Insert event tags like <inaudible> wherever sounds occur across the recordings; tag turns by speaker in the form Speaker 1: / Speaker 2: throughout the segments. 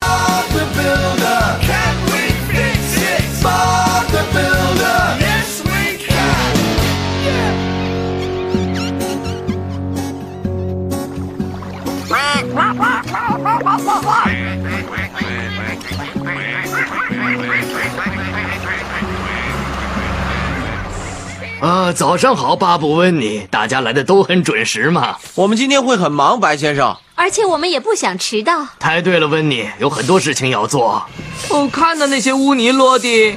Speaker 1: Bob the Builder. Can we fix it? Bob the Builder. Yes, we can.
Speaker 2: 啊，早上好，巴布温尼，大家来的都很准时嘛。
Speaker 3: 我们今天会很忙，白先生。
Speaker 4: 而且我们也不想迟到。
Speaker 2: 猜对了，温尼，有很多事情要做。
Speaker 5: 哦，看到那些污泥落地，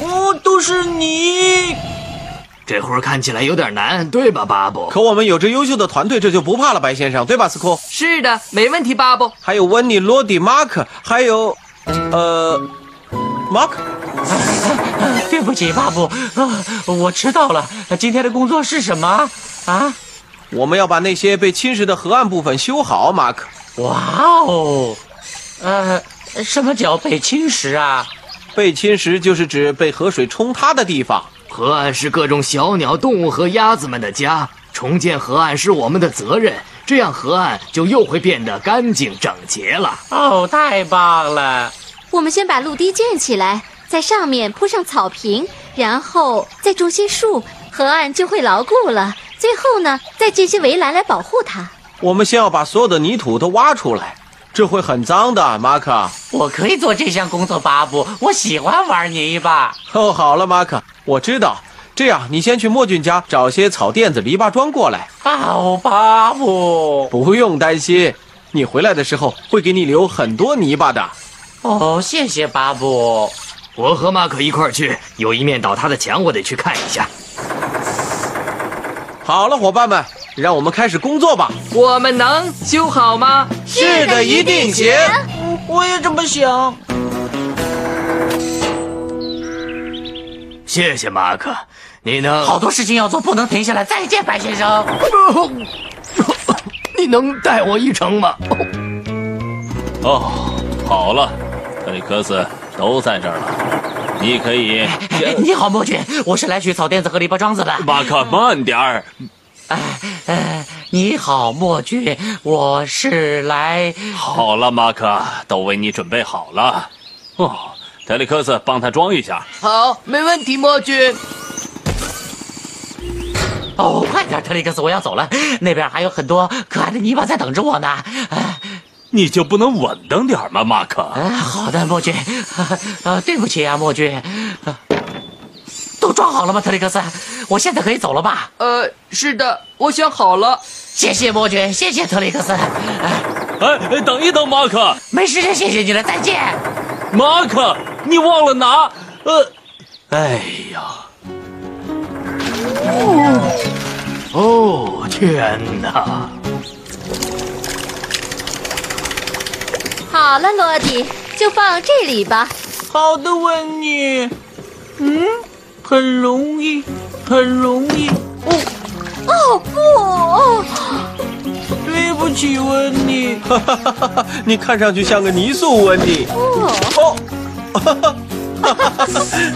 Speaker 5: 哦，都是泥。
Speaker 2: 这活儿看起来有点难，对吧，巴布？
Speaker 3: 可我们有着优秀的团队，这就不怕了，白先生，对吧，斯库？
Speaker 5: 是的，没问题，巴布。
Speaker 3: 还有温尼、罗迪、马克，还有，呃，马克。
Speaker 6: 对不起，巴布，啊，我迟到了。今天的工作是什么？啊，
Speaker 3: 我们要把那些被侵蚀的河岸部分修好，马克。
Speaker 6: 哇哦，呃，什么叫被侵蚀啊？
Speaker 3: 被侵蚀就是指被河水冲塌的地方。
Speaker 2: 河岸是各种小鸟、动物和鸭子们的家，重建河岸是我们的责任，这样河岸就又会变得干净整洁了。
Speaker 6: 哦，太棒了！
Speaker 4: 我们先把路堤建起来，在上面铺上草坪，然后再种些树，河岸就会牢固了。最后呢，再建些围栏来保护它。
Speaker 3: 我们先要把所有的泥土都挖出来，这会很脏的，马克。
Speaker 6: 我可以做这项工作，巴布，我喜欢玩泥巴。
Speaker 3: 哦，好了，马克，我知道。这样，你先去莫俊家找些草垫子、篱笆桩过来。
Speaker 6: 哦，巴布，
Speaker 3: 不用担心，你回来的时候会给你留很多泥巴的。
Speaker 6: 哦，谢谢巴布。
Speaker 2: 我和马可一块儿去，有一面倒塌的墙，我得去看一下。
Speaker 3: 好了，伙伴们，让我们开始工作吧。
Speaker 5: 我们能修好吗？
Speaker 3: 是的，一定行。
Speaker 5: 我也这么想。
Speaker 2: 谢谢马可，你能
Speaker 6: 好多事情要做，不能停下来。再见，白先生。
Speaker 2: <laughs> 你能带我一程吗？
Speaker 7: 哦，好了，特里克斯都在这儿了，你可以。
Speaker 3: 哦
Speaker 6: 你好，莫君，我是来取草垫子和篱笆桩子的。
Speaker 7: 马克，慢点儿！
Speaker 6: 呃，你好，莫君，我是来……
Speaker 7: 好了，马克，都为你准备好了。哦，特里克斯，帮他装一下。
Speaker 5: 好，没问题，墨君。
Speaker 6: 哦，快点，特里克斯，我要走了，那边还有很多可爱的泥巴在等着我呢。啊、
Speaker 7: 你就不能稳当点儿吗，马克？
Speaker 6: 呃，好的，莫君，啊、呃，对不起啊，莫君、啊都装好了吗，特里克斯？我现在可以走了吧？
Speaker 5: 呃，是的，我想好了。
Speaker 6: 谢谢莫君，谢谢特里克斯，啊
Speaker 7: 哎，哎等一等，马克，
Speaker 6: 没时间谢谢你了，再见。
Speaker 7: 马克，你忘了拿……呃，哎呀，
Speaker 2: 哦，天哪！
Speaker 4: 好了，罗迪，就放这里吧。
Speaker 5: 好的，问你。嗯，很容易，很容易。
Speaker 4: 哦不，哦
Speaker 5: 对不起，温妮。
Speaker 6: 呃
Speaker 3: 哈哈哈哈 <laughs> 你看上去像个泥塑温妮。
Speaker 4: 不，
Speaker 3: 哦， <laughs>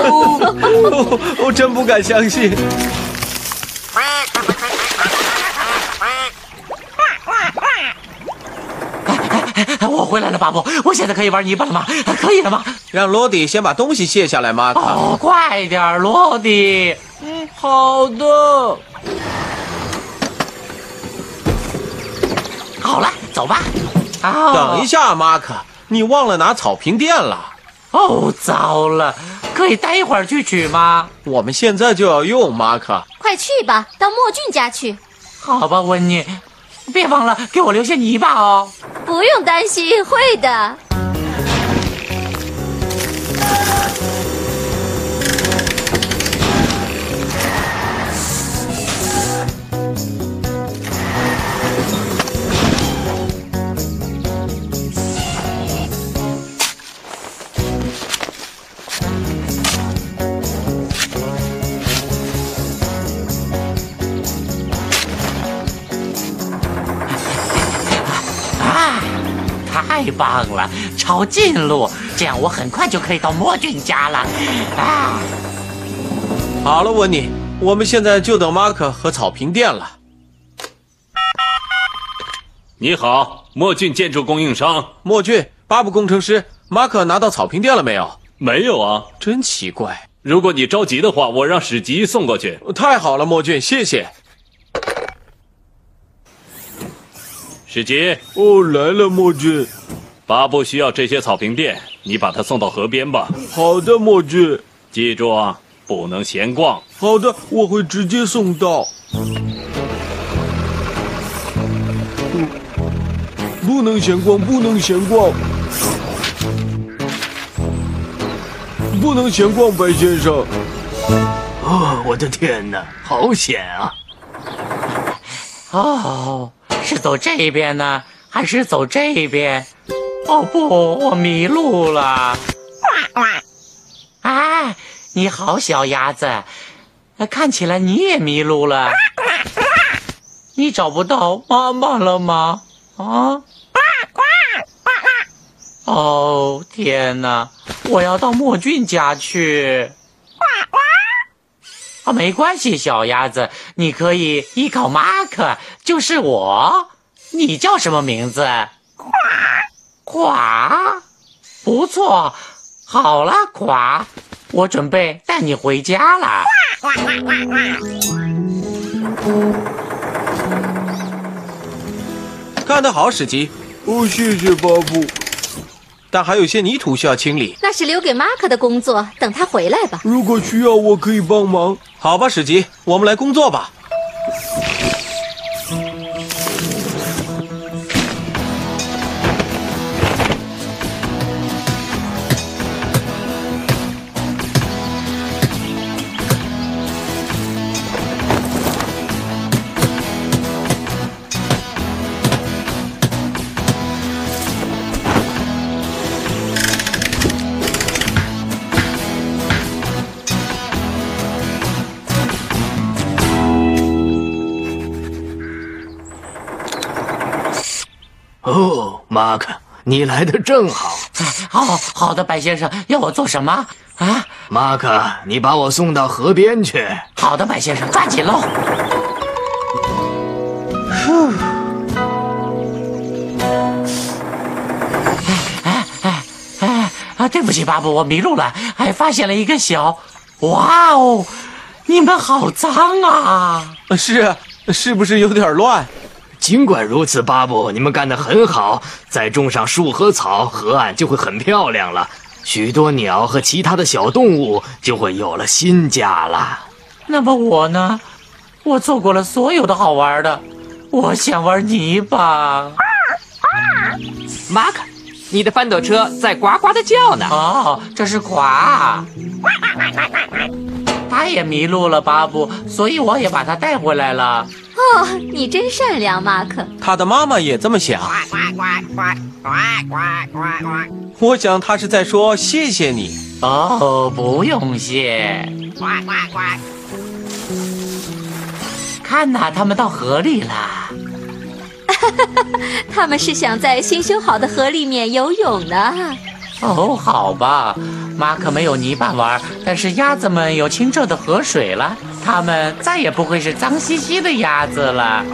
Speaker 3: 哦，我真不敢相信。
Speaker 6: 哎我回来了，巴布，我现在可以玩泥巴了吗？啊可以了吗？
Speaker 3: 让罗迪先把东西卸下来，马克。
Speaker 6: 哦，快点儿，罗迪。
Speaker 5: 嗯，好的。
Speaker 6: 好了，走吧。啊，
Speaker 3: 等一下，马克，你忘了拿草坪垫了。
Speaker 6: 哦，糟了，可以待一会儿去取吗？
Speaker 3: 我们现在就要用，马克。
Speaker 4: 快去吧，到莫俊家去。
Speaker 6: 好吧，温妮，别忘了给我留些泥巴哦。
Speaker 4: 不用担心，会的。
Speaker 6: 啊太棒了，抄近路，这样我很快就可以到墨俊家了。啊，
Speaker 3: 好了，温妮，我们现在就等马可和草坪店了。
Speaker 7: 你好，墨俊建筑供应商。
Speaker 3: 莫俊，巴布工程师，马可拿到草坪店了没有？
Speaker 7: 没有啊，
Speaker 3: 真奇怪。
Speaker 7: 如果你着急的话，我让史吉送过去。
Speaker 3: 太好了，莫俊，谢谢。
Speaker 7: 史吉，
Speaker 3: 哦，来了，莫俊。
Speaker 7: 巴布需要这些草坪垫，你把它送到河边吧。
Speaker 3: 好的，莫俊。
Speaker 7: 记住啊，不能闲逛。
Speaker 3: 好的，我会直接送到。不能闲逛，不能闲逛，不能闲逛，白先生。
Speaker 2: 哦，我的天哪，好险啊！
Speaker 6: 哦，是走这边呢，还是走这边？哦不，我迷路了。哎，你好，小鸭子，呃看起来你也迷路了。你找不到妈妈了吗？啊？哦天哪！我要到莫俊家去。啊，没关系，小鸭子，你可以依靠马克，就是我。你叫什么名字？垮，不错，好了，垮，我准备带你回家了。
Speaker 3: 干得好，史吉。哦，谢谢巴布。但还有些泥土需要清理，
Speaker 4: 那是留给马克的工作，等他回来吧。
Speaker 3: 如果需要，我可以帮忙。好吧，史吉，我们来工作吧。
Speaker 2: 哦，马克，你来的正好。
Speaker 6: 哦，好的，白先生，要我做什么啊？
Speaker 2: 马克，你把我送到河边去。
Speaker 6: 好的，白先生，抓紧喽。哎哎哎啊！对不起，巴布，我迷路了，还发现了一个小……哇哦，你们好脏啊！
Speaker 3: 呃是啊，是不是有点乱？
Speaker 2: 尽管如此，巴布，你们干得很好。再种上树和草，河岸就会很漂亮了。许多鸟和其他的小动物就会有了新家了。
Speaker 6: 那么我呢？我错过了所有的好玩的，我想玩泥巴。
Speaker 8: 马克，你的翻斗车在呱呱的叫呢。
Speaker 6: 哦，这是垮。他也迷路了，巴布，所以我也把他带回来了。
Speaker 4: 哦，你真善良，马克。
Speaker 3: 他的妈妈也这么想。我想他是在说谢谢你。
Speaker 6: 哦，不用谢。看呐、他们到河里了。
Speaker 4: 他们是想在新修好的河里面游泳呢。
Speaker 6: 哦，好吧，马可没有泥巴玩，但是鸭子们有清澈的河水了，它们再也不会是脏兮兮的鸭子了。